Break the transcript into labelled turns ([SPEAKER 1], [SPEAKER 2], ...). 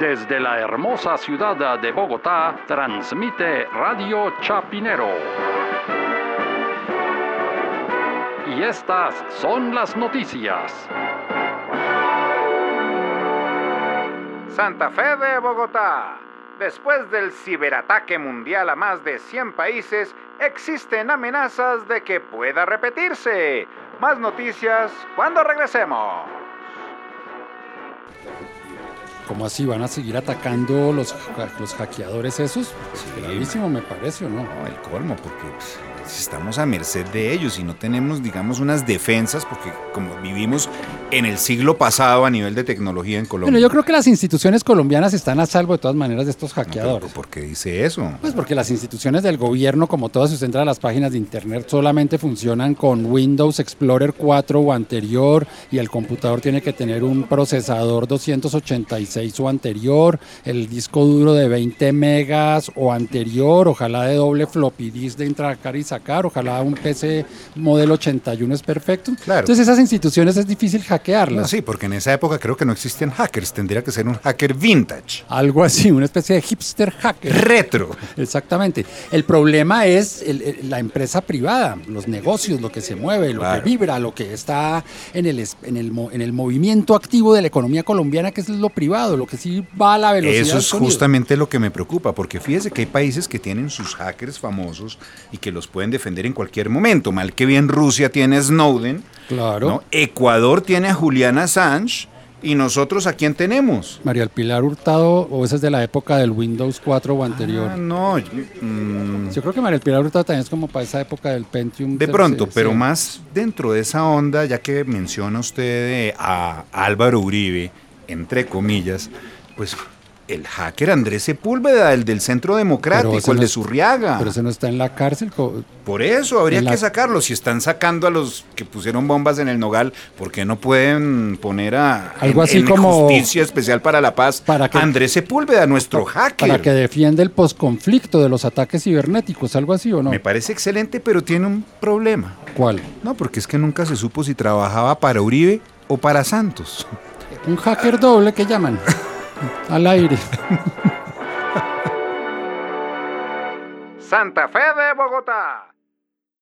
[SPEAKER 1] Desde la hermosa ciudad de Bogotá, transmite Radio Chapinero. Y estas son las noticias.
[SPEAKER 2] Santa Fe de Bogotá. Después del ciberataque mundial a más de 100 países, existen amenazas de que pueda repetirse. Más noticias cuando regresemos.
[SPEAKER 3] ¿Cómo así? ¿Van a seguir atacando los, ha- los hackeadores esos?
[SPEAKER 4] Sí.
[SPEAKER 3] Gravísimo, me parece, ¿o no?
[SPEAKER 4] No, el colmo, porque pues, estamos a merced de ellos y no tenemos, digamos, unas defensas, porque como vivimos en el siglo pasado a nivel de tecnología en Colombia.
[SPEAKER 3] Bueno, yo creo que las instituciones colombianas están a salvo de todas maneras de estos
[SPEAKER 4] No, pero
[SPEAKER 3] hackeadores.
[SPEAKER 4] ¿Por qué dice eso?
[SPEAKER 3] Pues porque las instituciones del gobierno, como todas sus entran a las páginas de internet, solamente funcionan con Windows Explorer 4 o anterior y el computador tiene que tener un procesador 286 o anterior, el disco duro de 20 megas o anterior, ojalá de doble floppy disk de entrar y sacar, ojalá un PC modelo 81 es perfecto.
[SPEAKER 4] Claro.
[SPEAKER 3] Entonces esas instituciones es difícil hackearlas.
[SPEAKER 4] No, sí, porque en esa época creo que no existían hackers, tendría que ser un hacker vintage,
[SPEAKER 3] Algo así, una especie de hipster hacker.
[SPEAKER 4] retro.
[SPEAKER 3] Exactamente. El problema es el- el- la empresa privada, los negocios, lo que se mueve, lo
[SPEAKER 4] Claro.
[SPEAKER 3] que vibra, lo que está en el, es- en, el, mo- en el movimiento activo de la economía colombiana, que es lo privado, lo que sí va a la velocidad.
[SPEAKER 4] Eso
[SPEAKER 3] del
[SPEAKER 4] es
[SPEAKER 3] sonido.
[SPEAKER 4] justamente lo que me preocupa, porque fíjese que hay países que tienen sus hackers famosos y que los pueden defender en cualquier momento. Mal que bien Rusia tiene a Snowden,
[SPEAKER 3] Claro.
[SPEAKER 4] ¿no? Ecuador tiene a Juliana Assange y nosotros a quién tenemos.
[SPEAKER 3] María del Pilar Hurtado, o esa es de la época del Windows 4 o anterior.
[SPEAKER 4] Ah, no, yo- mm,
[SPEAKER 3] Yo creo que María del Pilar Hurtado también es como para esa época del Pentium.
[SPEAKER 4] de
[SPEAKER 3] terce-
[SPEAKER 4] pronto, pero
[SPEAKER 3] sí.
[SPEAKER 4] más dentro de esa onda, ya que menciona usted eh, a Álvaro Uribe, entre comillas, pues el hacker Andrés Sepúlveda, el del Centro
[SPEAKER 3] Pero
[SPEAKER 4] Democrático,
[SPEAKER 3] ese
[SPEAKER 4] el
[SPEAKER 3] no
[SPEAKER 4] de
[SPEAKER 3] es-
[SPEAKER 4] Surriaga.
[SPEAKER 3] Pero ese no está en la cárcel. co-
[SPEAKER 4] Por eso habría
[SPEAKER 3] En la-
[SPEAKER 4] que sacarlo. Si están sacando a los que pusieron bombas en el Nogal, ¿por qué no pueden poner a
[SPEAKER 3] Algo
[SPEAKER 4] en-
[SPEAKER 3] así
[SPEAKER 4] en
[SPEAKER 3] como-
[SPEAKER 4] Justicia Especial para la Paz
[SPEAKER 3] Para que-
[SPEAKER 4] Andrés Sepúlveda, nuestro hacker?
[SPEAKER 3] Para que defiende el posconflicto de los ataques cibernéticos, algo así o no.
[SPEAKER 4] Me parece excelente, pero tiene un problema.
[SPEAKER 3] ¿Cuál?
[SPEAKER 4] No, porque es que nunca se supo si trabajaba para Uribe o para Santos.
[SPEAKER 3] Un hacker doble que llaman. Al aire.
[SPEAKER 2] Santa Fe de Bogotá.